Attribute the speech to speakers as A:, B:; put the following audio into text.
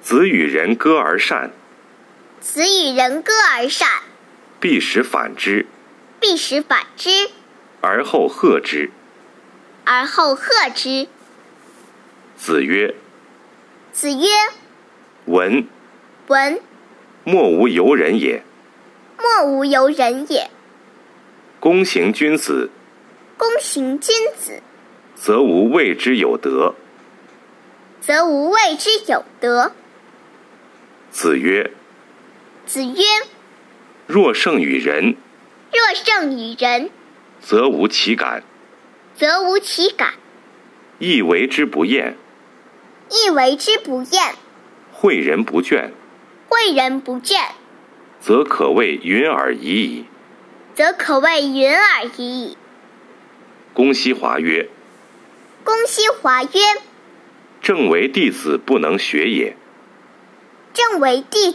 A: 子与人歌而善，
B: 子与人歌而善，
A: 必使反之，
B: 必使反之，
A: 而后和之。
B: 而后和之。
A: 子曰
B: 子曰：“
A: 文，：“
B: 文，
A: 莫无尤人也。
B: 莫无尤人也。
A: 公行君子，
B: 公行君子，
A: 则无谓之有德。”
B: 则无谓之有德。
A: 子曰”
B: 子曰：“
A: 若胜于人，：“
B: 若胜于人，
A: 则无其感，
B: 则无其感，
A: 亦为之不厌，
B: 亦为之不厌。
A: 诲人不倦，
B: 诲人不倦，
A: 则可谓云尔已矣。”
B: 则可谓云尔已矣。”
A: 公西华曰”
B: 公西华曰：“
A: 正为弟子不能学也。”：“
B: 正为弟